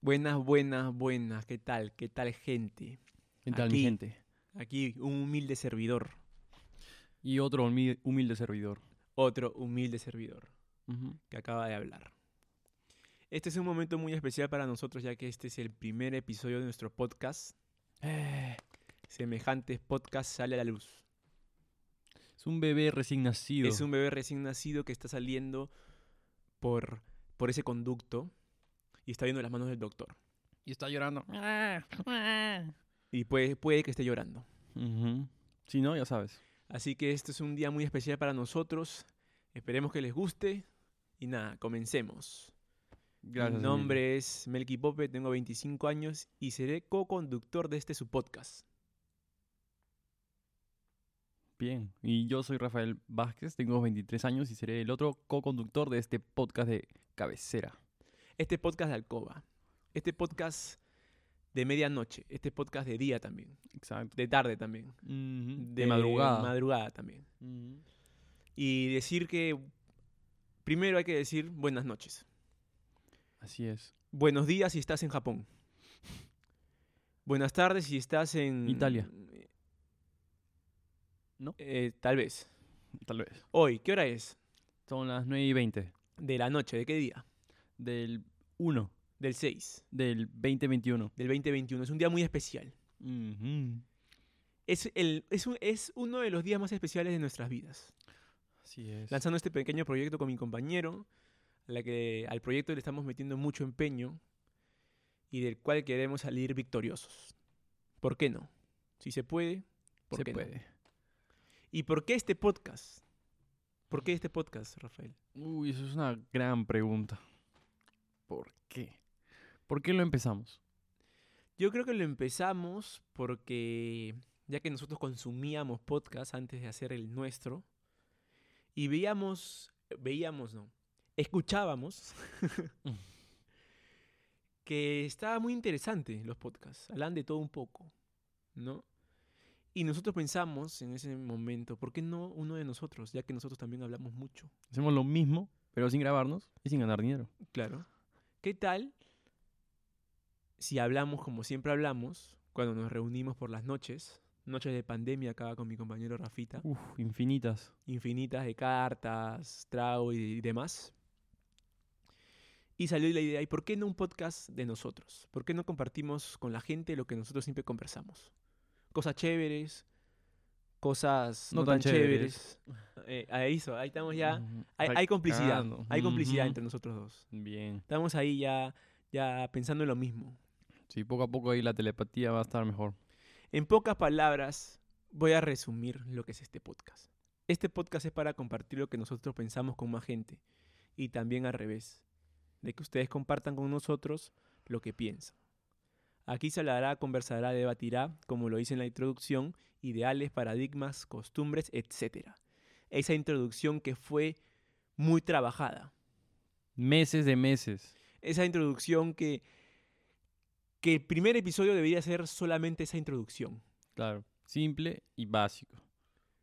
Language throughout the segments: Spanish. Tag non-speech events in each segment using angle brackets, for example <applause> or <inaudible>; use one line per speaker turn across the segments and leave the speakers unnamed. Buenas, buenas, buenas. ¿Qué tal? ¿Qué tal, gente?
¿Qué tal, mi
Aquí.
gente?
Aquí un humilde servidor.
Y otro humi- humilde servidor.
Otro humilde servidor
Ujú.
que acaba de hablar. Este es un momento muy especial para nosotros ya que este es el primer episodio de nuestro podcast.
Eh,
Semejantes podcast sale a la luz.
es un bebé recién nacido.
Es un bebé recién nacido que está saliendo por, por ese conducto y está viendo las manos del doctor.
Y está llorando.
Y puede, puede que esté llorando.
Ujú. Si no, ya sabes.
Así que este es un día muy especial para nosotros. Esperemos que les guste. Y nada, comencemos. Mi
Emilio.
nombre es Melky Pope, tengo 25 años y seré co-conductor de este su podcast.
Bien. Y yo soy Rafael Vázquez, tengo 23 años y seré el otro co-conductor de este podcast de cabecera.
Este podcast de Alcoba. Este podcast de medianoche. Este podcast de día también.
Exacto.
De tarde también.
De, madrugada.
Madrugada también.
Ujú.
Y decir que primero hay que decir buenas noches.
Así es.
Buenos días si estás en Japón. Buenas tardes si estás en
Italia. ¿No?
Eh, tal vez.
Tal vez.
Hoy, ¿qué hora es?
Son las 9 y 20
De la noche, ¿de qué día?
del 1
Del 6,
del 2021.
del 2021. Es un día muy especial.
Ujú.
Es, el, es, un- es uno de los días más especiales de nuestras vidas.
Así es.
Lanzando este pequeño proyecto con mi compañero, a la que, al proyecto le estamos metiendo mucho empeño y del cual queremos salir victoriosos. ¿Por qué no? Si se puede, ¿por
Se
qué no?
puede.
¿Y por qué este podcast? ¿Por qué este podcast, Rafael?
Uy, eso es una gran pregunta. ¿Por qué? ¿Por qué lo empezamos?
Yo creo que lo empezamos porque ya que nosotros consumíamos podcast antes de hacer el nuestro y veíamos, veíamos, no, <laughs> escuchábamos
Mm.
que estaba muy interesante los podcasts, hablan de todo un poco, ¿no? Y nosotros pensamos en ese momento, ¿por qué no uno de nosotros? Ya que nosotros también hablamos mucho.
Hacemos lo mismo, pero sin grabarnos y sin ganar dinero.
Claro. ¿Qué tal si hablamos como siempre hablamos cuando nos reunimos por las noches? Noches de pandemia acaba con mi compañero Rafita.
Uf, infinitas.
Infinitas de cartas, trago y demás. Y salió la idea, ¿y por qué no un podcast de nosotros? ¿Por qué no compartimos con la gente lo que nosotros siempre conversamos? Cosas chéveres, cosas no, tan, chéveres. Mm. Eh, ahí, eso, ahí estamos ya.
Ujú,
Hay, hay complicidad.
recagando.
Hay complicidad
Ujú.
entre nosotros dos.
Bien.
Estamos ahí ya, ya pensando en lo mismo.
Sí, poco a poco ahí la telepatía va a estar mejor.
En pocas palabras, voy a resumir lo que es este podcast. Este podcast es para compartir lo que nosotros pensamos con más gente y también al revés, de que ustedes compartan con nosotros lo que piensan. Aquí se hablará, conversará, debatirá, como lo dice en la introducción, ideales, paradigmas, costumbres, etc. Esa introducción que fue muy trabajada.
Meses de meses.
esa introducción que que el primer episodio debería ser solamente esa introducción.
Claro. Simple y básico.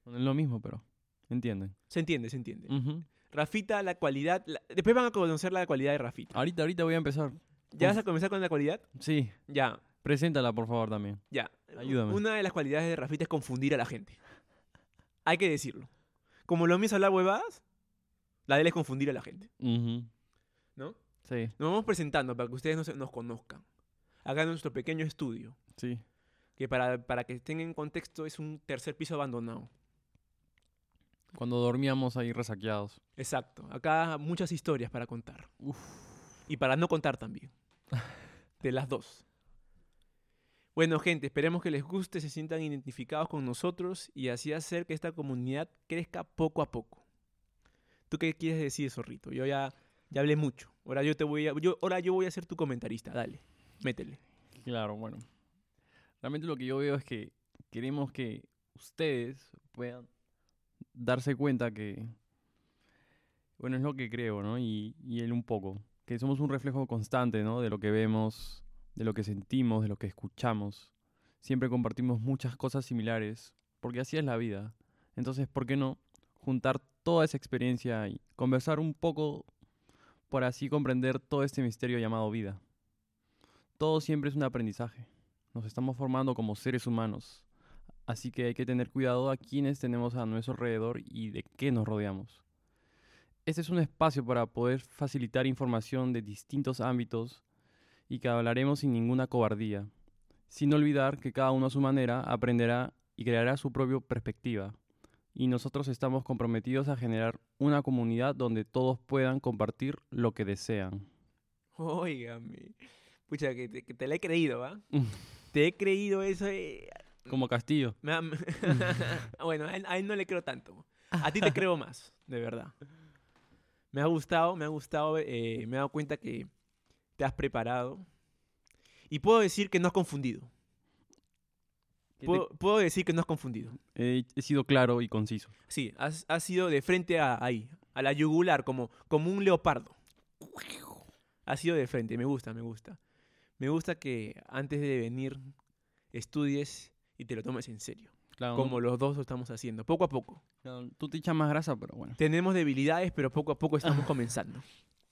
No es lo mismo, pero. ¿Entienden?
Se entiende, se entiende.
Ujú.
Rafita, la cualidad. la- Después van a conocer la cualidad de Rafita.
Ahorita, ahorita voy a empezar.
¿Ya vas
uf.
a comenzar con la cualidad?
Sí.
Ya,
Preséntala, por favor, también.
ya.
Ayúdame.
Una de las cualidades de Rafita es confundir a la gente. Hay que decirlo. Como lo mismo hablar huevadas, la de él es confundir a la gente,
Ujú.
¿no?
Sí,
Nos vamos presentando para que ustedes nos, nos conozcan. Acá en nuestro pequeño estudio,
sí.
que para, para que estén en contexto es un tercer piso abandonado.
Cuando dormíamos ahí resaqueados.
Exacto. Acá muchas historias para contar.
Uf.
Y para no contar también. De las dos. Bueno, gente, esperemos que les guste, se sientan identificados con nosotros y así hacer que esta comunidad crezca poco a poco. ¿Tú qué quieres decir, Zorrito? Yo ya, ya hablé mucho. Ahora yo te voy a, yo, ahora yo voy a ser tu comentarista. Dale, métele.
Claro, bueno. Realmente lo que yo veo es que queremos que ustedes puedan darse cuenta que, bueno, es lo que creo, ¿no? Y, y él un poco, que somos un reflejo constante, ¿no? De lo que vemos, de lo que sentimos, de lo que escuchamos. Siempre compartimos muchas cosas similares, porque así es la vida. Entonces, ¿por qué no juntar toda esa experiencia y conversar un poco para así comprender todo este misterio llamado vida? todo siempre es un aprendizaje. Nos estamos formando como seres humanos. Así que hay que tener cuidado a quienes tenemos a nuestro alrededor y de qué nos rodeamos. Este es un espacio para poder facilitar información de distintos ámbitos y que hablaremos sin ninguna cobardía, sin olvidar que cada uno a su manera aprenderá y creará su propia perspectiva. Y nosotros estamos comprometidos a generar una comunidad donde todos puedan compartir lo que desean.
Óigame. Pucha, que te, que te la he creído, ¿ah? <laughs> Te he creído eso. eh,
Como Castillo.
me ha- <laughs> bueno, a él, a él no le creo tanto. A ti te creo más, de verdad. Me ha gustado, me ha gustado, eh, me he dado cuenta que te has preparado. Y puedo decir que no has confundido.
¿Qué te-
Puedo, puedo decir que no has confundido.
He, he sido claro y conciso.
Sí, has, has ido de frente a ahí, a la yugular, como, como un leopardo. Has sido de frente, me gusta, me gusta. Me gusta que antes de venir estudies y te lo tomes en serio,
Claro,
como los dos lo estamos haciendo, poco a poco.
claro, tú te echas más grasa, pero bueno.
Tenemos debilidades, pero poco a poco estamos comenzando.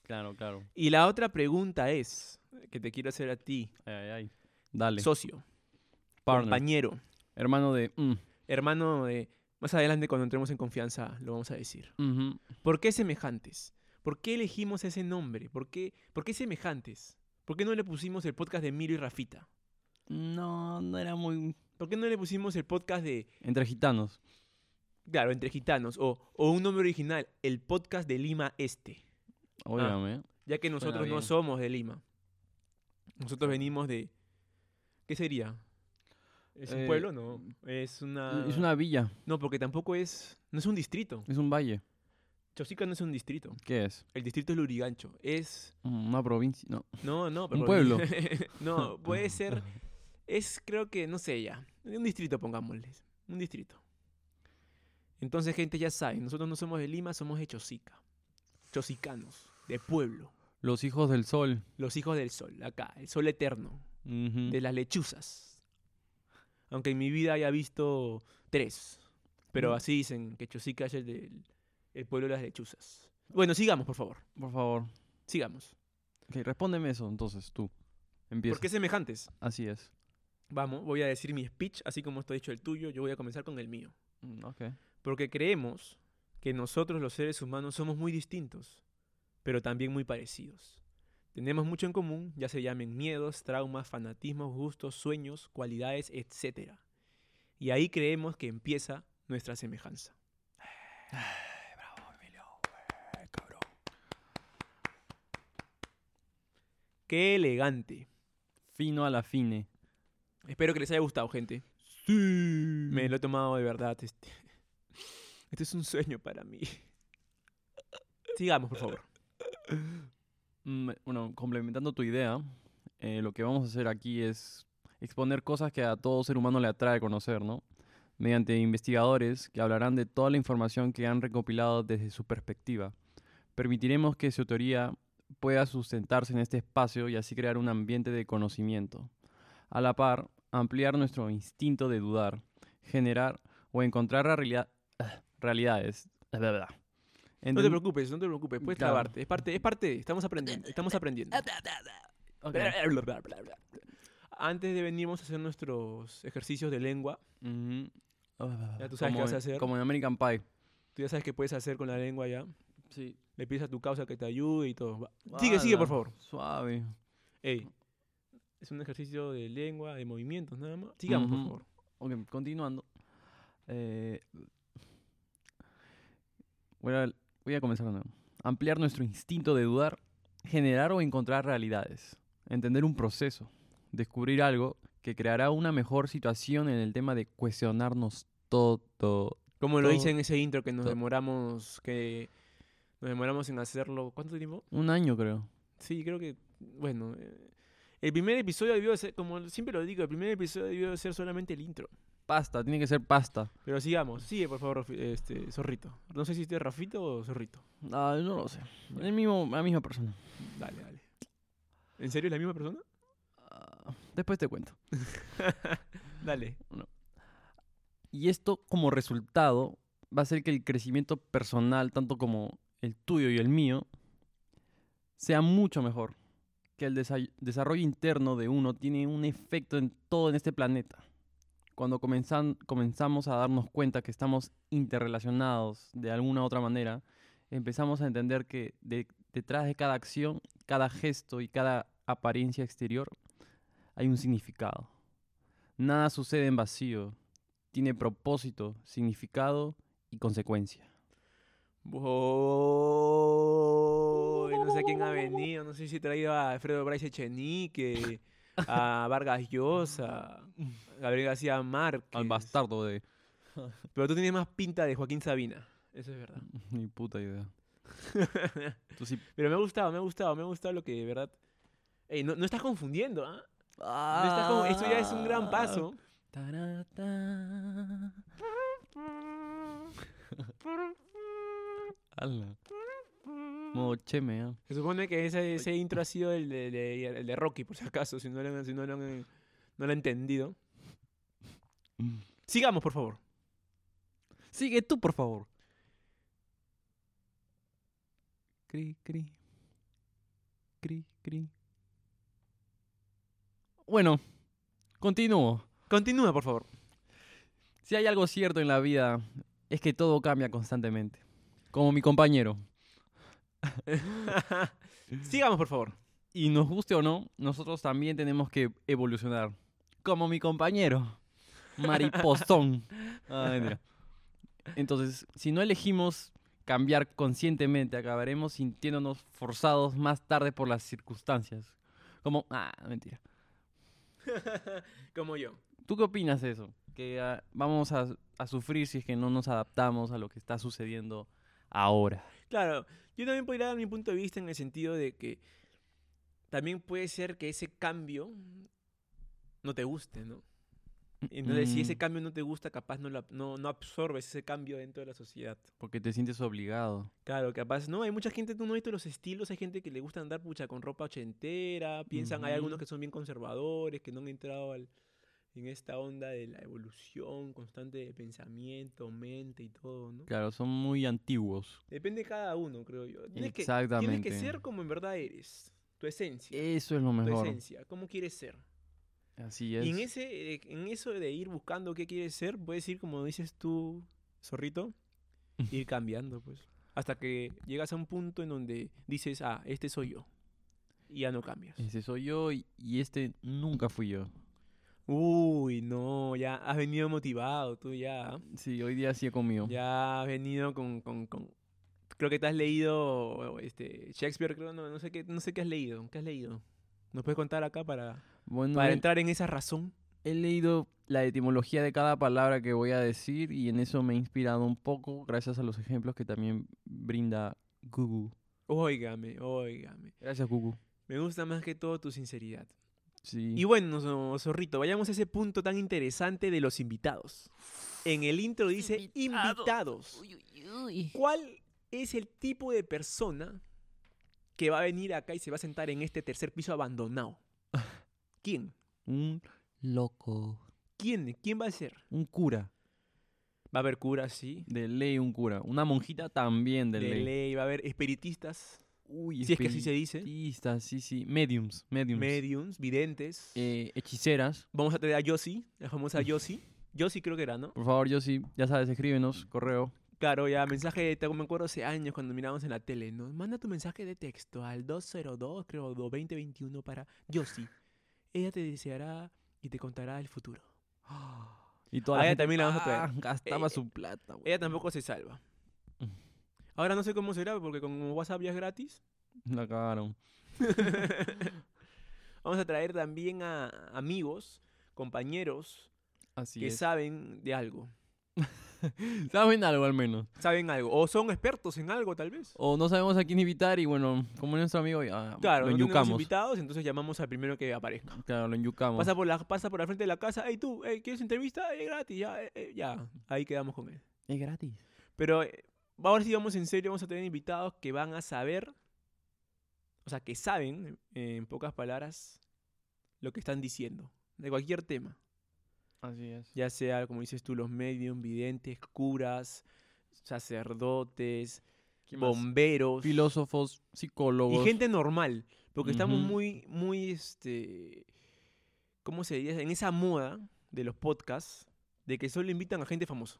Claro, claro.
Y la otra pregunta es, que te quiero hacer a ti,
Ay, ay, ay. Dale.
socio,
partner,
compañero,
hermano de... mm,
hermano de... Más adelante cuando entremos en confianza lo vamos a decir.
ujú.
¿Por qué semejantes? ¿Por qué elegimos ese nombre? ¿Por qué, por qué semejantes? ¿Por qué no le pusimos el podcast de Miro y Rafita?
No, no era muy...
¿Por qué no le pusimos el podcast de,
Entre gitanos.
claro, entre gitanos? O, o un nombre original, el podcast de Lima Este.
Óigame. ¿eh?
Ya que nosotros no
bien.
somos de Lima. Nosotros venimos de... ¿Qué sería? ¿Es un
Eh,
pueblo? No. Es una...
Es una villa,
No, porque tampoco es... No es un distrito.
es un valle.
Chosica no es un distrito.
¿Qué es?
El distrito es Lurigancho. Es...
Una provincia. No.
No, no,
Un
pero-
pueblo.
<laughs> no, puede
<laughs>
ser. Es, creo que, no sé ya. Un distrito, pongámosles. Un distrito. Entonces, gente, ya saben, nosotros no somos de Lima, somos de Chosica. Chosicanos, de pueblo.
Los hijos del sol.
Los hijos del sol, acá, el sol eterno,
Ujú.
de las lechuzas. Aunque en mi vida haya visto tres. Pero
Mm.
así dicen que Chosica es el, del, el pueblo de las lechuzas. Bueno, sigamos, por favor.
Por favor.
Sigamos.
Ok, respóndeme eso entonces, tú. Empieza.
¿Por qué semejantes?
Así es.
Vamos, voy a decir mi speech, así como está dicho el tuyo, yo voy a comenzar con el mío.
Mm, Ok.
Porque creemos que nosotros los seres humanos somos muy distintos, pero también muy parecidos. Tenemos mucho en común, ya se llamen miedos, traumas, fanatismos, gustos, sueños, cualidades, etc. Y ahí creemos que empieza nuestra semejanza. ¡Qué elegante!
Fino a la fine.
Espero que les haya gustado, gente.
Sí.
Me lo he tomado de verdad. Este, <laughs> este es un sueño para mí. Sigamos, por favor.
Mm, Bueno, complementando tu idea, eh, lo que vamos a hacer aquí es exponer cosas que a todo ser humano le atrae conocer, ¿no? Mediante investigadores que hablarán de toda la información que han recopilado desde su perspectiva. Permitiremos que su teoría pueda sustentarse en este espacio y así crear un ambiente de conocimiento. A la par, ampliar nuestro instinto de dudar, generar o encontrar la realidad- ah, realidades.
No te preocupes, no te preocupes. Puedes
Claro.
trabarte. Es parte, es parte de. Estamos aprendiendo. Estamos
<laughs>
aprendiendo.
Ok.
Antes de venirnos a hacer nuestros ejercicios de lengua,
Ujú.
Ya tú sabes qué
Como
vas a
en-
hacer.
Como en American Pie.
tú ya sabes qué puedes hacer con la lengua ya.
Sí.
Le pides a tu causa que te ayude y todo. Va. Sigue, sigue, por favor.
Suave.
Ey. Es un ejercicio de lengua, de movimientos, nada más. Sigamos, por
Ujú.
favor.
Ok, continuando. Eh, voy, a, voy a comenzar de nuevo. Ampliar nuestro instinto de dudar, generar o encontrar realidades, entender un proceso, descubrir algo que creará una mejor situación en el tema de cuestionarnos todo.
Como lo
Todo-
hice en ese intro que nos
todo.
demoramos, que nos demoramos en hacerlo. ¿Cuánto tiempo?
Un año creo.
Sí, creo que, bueno, eh, el primer episodio debió de ser, como siempre lo digo, el primer episodio debió de ser solamente el intro.
Pasta, tiene que ser pasta.
Pero sigamos, sigue por favor, Rafi- este, Zorrito. No sé si este es Rafito o Zorrito.
Ah, no lo sé. El mismo, la misma persona.
Dale, dale. ¿En serio es la misma persona? <laughs>
Ah, después te cuento.
Dale.
Y esto como resultado va a ser que el crecimiento personal, tanto como el tuyo y el mío, sea mucho mejor. que el desa- desarrollo interno de uno tiene un efecto en todo en este planeta. Cuando comenzan- comenzamos a darnos cuenta que estamos interrelacionados de alguna u otra manera, empezamos a entender que de- detrás de cada acción, cada gesto y cada apariencia exterior hay un significado. Nada sucede en vacío, tiene propósito, significado y consecuencia.
Voy, no sé quién ha venido, no sé si he traído a Alfredo Bryce Echenique, a Vargas Llosa, Gabriel García Márquez.
Al bastardo <laughs> de
Pero tú tienes más pinta de Joaquín Sabina, eso es verdad.
mi puta <laughs> idea. Tú sí-
Pero me ha gustado, me ha gustado, me ha gustado lo que de verdad... Ey, no, no estás confundiendo, ¿ah? No estás con- Esto ya es un gran paso.
Ah. Tarata. <laughs> Ala. Modo cheme, ¿ah?
Se supone que ese, ese intro ha sido el de, de- el de Rocky, por si acaso, si no lo, han- si no lo han- no lo han entendido. Sigamos, por favor.
<laughs> Sigue tú, por favor. Cri, cri. Cri, cri. Bueno, continúo.
Continúa, por favor.
Si hay algo cierto en la vida, es que todo cambia constantemente. Como mi compañero.
Sigamos, por favor.
Y nos guste o no, nosotros también tenemos que evolucionar. Como mi compañero, Mariposón. <laughs> Ah, mentira. Entonces, si no elegimos cambiar conscientemente, acabaremos sintiéndonos forzados más tarde por las circunstancias. Como, ah, mentira.
Como yo.
¿Tú qué opinas de eso? Que ah, vamos a, a sufrir si es que no nos adaptamos a lo que está sucediendo ahora.
Claro, yo también podría dar mi punto de vista en el sentido de que también puede ser que ese cambio no te guste, ¿no? Entonces, si ese
Mm.
cambio no te gusta, capaz no, lo ab- no, no absorbes ese cambio dentro de la sociedad.
Porque te sientes obligado.
Claro, capaz, no, hay mucha gente, tú no has visto los estilos, hay gente que le gusta andar pucha con ropa ochentera, piensan, hay algunos
Ujú.
que son bien conservadores, que no han entrado al- en esta onda de la evolución constante de pensamiento, mente y todo, ¿no?
Claro, son muy antiguos.
Depende de cada uno, creo yo. Tienes que- Tienes
Exactamente.
que ser como en verdad eres, tu esencia,
Eso es lo
tu
mejor.
esencia, cómo quieres ser.
Así es.
Y en, ese, eh, en eso de ir buscando qué quieres ser, puedes ir, como dices tú, zorrito, ir cambiando, pues. Hasta que llegas a un punto en donde dices, ah, este soy yo. Y ya no cambias.
Ese soy yo y, y este nunca fui yo.
Uy, no, ya has venido motivado, tú ya. ¿ah?
Sí, hoy día sí he comido.
Ya has venido con... con- con- Creo que te has leído este, Shakespeare, creo, no, no sé qué, no sé qué has leído, ¿qué has leído? ¿Nos puedes contar acá para,
Bueno,
para
he-
entrar en esa razón?
he leído la etimología de cada palabra que voy a decir y en eso me he inspirado un poco gracias a los ejemplos que también brinda Google.
Óigame, óigame.
Gracias, Google.
Me gusta más que todo tu sinceridad.
Sí.
Y bueno, zo- Zorrito, vayamos a ese punto tan interesante de los invitados. En el intro dice invitados. ¿Cuál es el tipo de persona que va a venir acá y se va a sentar en este tercer piso abandonado? ¿Quién?
Un loco.
¿Quién? ¿Quién va a ser?
Un cura.
Va a haber curas, sí.
De ley un cura. Una monjita también de,
De
ley.
ley, va a haber espiritistas,
Uy,
si es que así se dice.
espiritistas, sí, sí. Mediums, mediums.
Mediums, videntes.
Eh, hechiceras.
Vamos a traer a Yossi, la famosa Yossi. Yossi creo que era, ¿no?
Por favor, yo sí, ya sabes, escríbenos, correo.
Claro, ya mensaje, te, me acuerdo hace años cuando mirábamos en la tele, ¿no? Manda tu mensaje de texto al 202, creo, 2021 para Yossi. Ella te deseará y te contará el futuro. <gasps>
Y toda la
Ah, ya
gente,
también la vamos a traer.
"Ah, Gastaba
Eh,
su plata, güey".
Ella tampoco se salva.
Mm.
Ahora no sé cómo será, porque con WhatsApp ya es
<laughs>
gratis. <laughs>
La cagaron.
Vamos a traer también a amigos, compañeros,
Así
que
es.
saben de algo.
Saben algo al menos.
Saben algo. O son expertos en algo, tal vez.
O no sabemos a quién invitar y bueno, como es nuestro amigo, ya,
Claro,
lo
no tenemos
enyucamos.
invitados, entonces llamamos al primero que aparezca.
Claro, lo enyucamos.
Pasa por, la, pasa por la frente de la casa. Hey, tú, ey, ¿quieres entrevista? Es gratis, ya, eh, eh, ya. Ahí quedamos con él.
Es gratis.
Pero eh, ahora sí vamos en serio. Vamos a tener invitados que van a saber, o sea, que saben, eh, en pocas palabras, lo que están diciendo. De cualquier tema.
Así es.
Ya sea, como dices tú, los medios, videntes, curas, sacerdotes,
¿Quién más?
bomberos
Filósofos,
y
psicólogos.
gente normal, porque estamos
Ujú.
muy, muy, este, ¿cómo se diría? En esa moda de los podcasts de que solo invitan a gente famosa.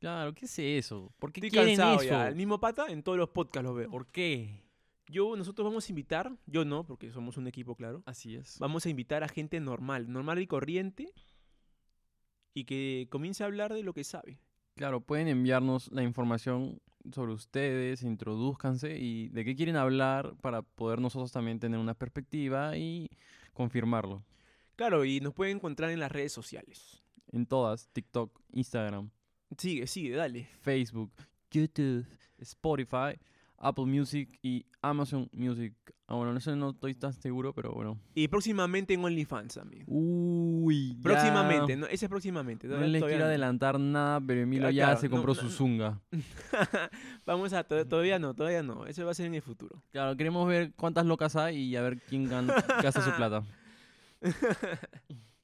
Claro, ¿qué es eso? ¿Por qué
Estoy
quieren
cansado
eso?
ya. El mismo pata en todos los podcasts lo veo.
¿Por qué?
Yo, nosotros vamos a invitar, yo no, porque somos un equipo, claro.
Así es.
Vamos a invitar a gente normal, normal y corriente, y que comience a hablar de lo que sabe.
Claro, pueden enviarnos la información sobre ustedes, introduzcanse y de qué quieren hablar para poder nosotros también tener una perspectiva y confirmarlo.
Claro, y nos pueden encontrar en las redes sociales.
En todas, TikTok, Instagram,
Sigue, sigue, dale.
Facebook, YouTube, Spotify, Apple Music y Amazon Music. Ah, bueno, no sé, no estoy tan seguro, pero bueno.
Y próximamente en OnlyFans también.
Uy,
Próximamente, no, ese es próximamente.
No
todavía-
les
todavía
quiero
no.
adelantar nada, pero Emilio
Ah,
ya
claro,
se
no,
compró
no,
su
no.
zunga.
<laughs> Vamos a, to- todavía no, todavía no. Eso va a ser en el futuro.
Claro, queremos ver cuántas locas hay y a ver quién gan- gasta su
<laughs>
plata.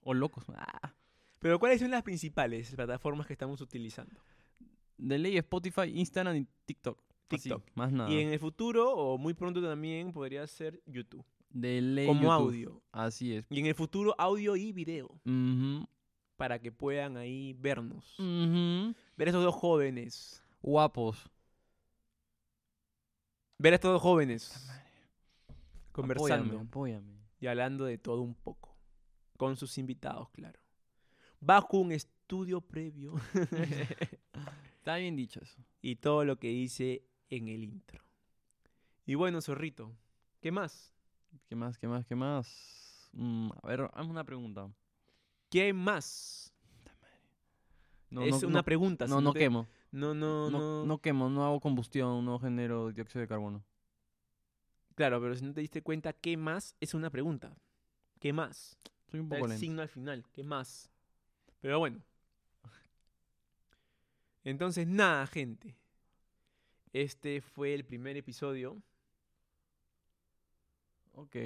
o locos. Ah.
Pero ¿cuáles son las principales plataformas que estamos utilizando?
De ley Spotify, Instagram y TikTok. Así,
TikTok.
más nada.
Y en el futuro, o muy pronto también, podría ser YouTube.
De ley
como
Eh, YouTube.
audio.
Así es.
Y en el futuro, audio y video.
Ujú,
Para que puedan ahí vernos.
Mm. ujú.
Ver a estos dos jóvenes.
Guapos.
Ver a estos dos jóvenes. Conversando
Apóyame, apóyame.
y hablando de todo un poco. Con sus invitados, claro. Bajo un estudio previo.
Está bien dicho eso.
y todo lo que hice en el intro. Y bueno, zorrito, ¿qué más?
¿Qué más, qué más, qué más? Mm, a ver, hazme una pregunta.
¿Qué más?
No,
es
no-
una
no-
pregunta. si
No, no
te-
quemo.
No, no, no,
no, no quemo, no hago combustión, no genero dióxido de carbono.
Claro, pero si no te diste cuenta, ¿qué más? Es una pregunta. ¿Qué más?
Soy un
Da
poco
el
lento.
signo al final, ¿qué más? Pero bueno. Entonces, nada, gente. Este fue el primer episodio.
Ok.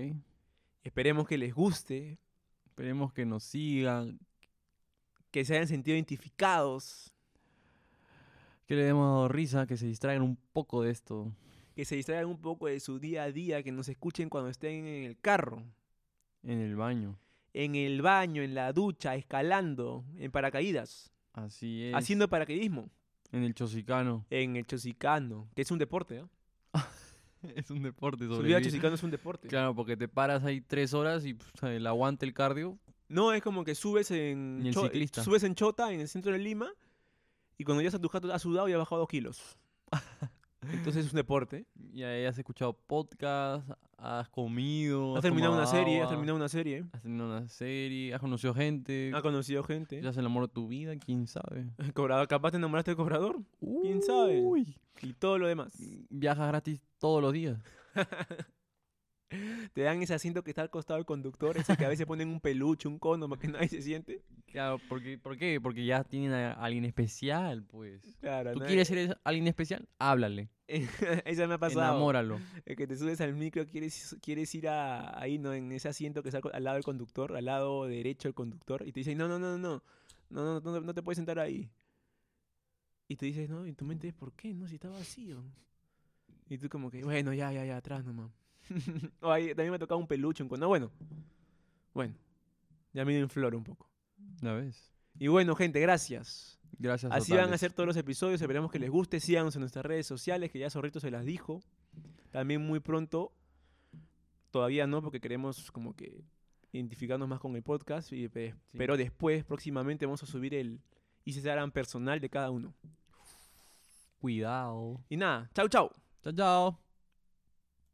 Esperemos que les guste,
Esperemos que nos sigan,
que se hayan sentido identificados,
que le hemos dado risa, que se distraigan un poco de esto.
que se distraigan un poco de su día a día, que nos escuchen cuando estén en el carro,
En el baño.
en el baño, en la ducha, escalando, en paracaídas,
Así es.
haciendo paracaidismo,
En el chosicano.
en el chosicano, que es un deporte, ¿ah? ¿no?
<laughs> es un deporte
Subir al
sobre
chosicano es un deporte.
Claro, porque te paras ahí tres horas y pf, el aguante el cardio.
No, es como que subes en,
Ni el
Cho-
ciclista.
subes en Chota, en el centro de Lima, y cuando llegas a tu jato has sudado y has bajado dos
<laughs>
kilos. Entonces es un deporte.
Y ahí has escuchado podcast, has comido.
Has terminado una
tomado
serie, has
agua,
terminado una serie,
Has terminado una serie, has conocido gente.
has conocido gente, <laughs>
Ya es el amor de tu vida, quién sabe.
cobrado, capaz te enamoraste del cobrador ¿Quién sabe?
Uy,
y todo lo demás.
Viajas gratis todos los días.
Te dan ese asiento que está al costado del conductor, ese que a veces ponen un peluche, un cono, para que <laughs> nadie se siente.
Claro, porque, ¿por qué? Porque ya tienen a alguien especial, pues.
Claro,
¿Tú
¿no? <laughs>
quieres ser es- alguien especial? Háblale.
Esa me ha pasado.
Enamóralo.
El que te subes al micro, quieres, quieres ir a, ahí, ¿no? En ese asiento que está al lado del conductor, al lado derecho del conductor, y te dicen, no, no, no, no, no, no, no, no te puedes sentar ahí. Y tú dices, no, y tu mente, ¿por qué? No, si está vacío. Y tú como que, bueno, ya, ya, ya, atrás nomás. <laughs> o ahí también me ha tocado un peluche, un cono. Bueno, bueno, ya me dio en flor un poco.
¿La ves?
Y bueno, gente, gracias.
Gracias
Así van a
totales.
ser todos los episodios, esperamos que les guste, síganos en nuestras redes sociales, que ya Zorrito se las dijo. También muy pronto, todavía no, porque queremos como que identificarnos más con el podcast, y, pe-
Sí.
pero después, próximamente, vamos a subir el Instagram personal de cada uno.
Cuidado.
Y nada, chau chau.
Chao, chao.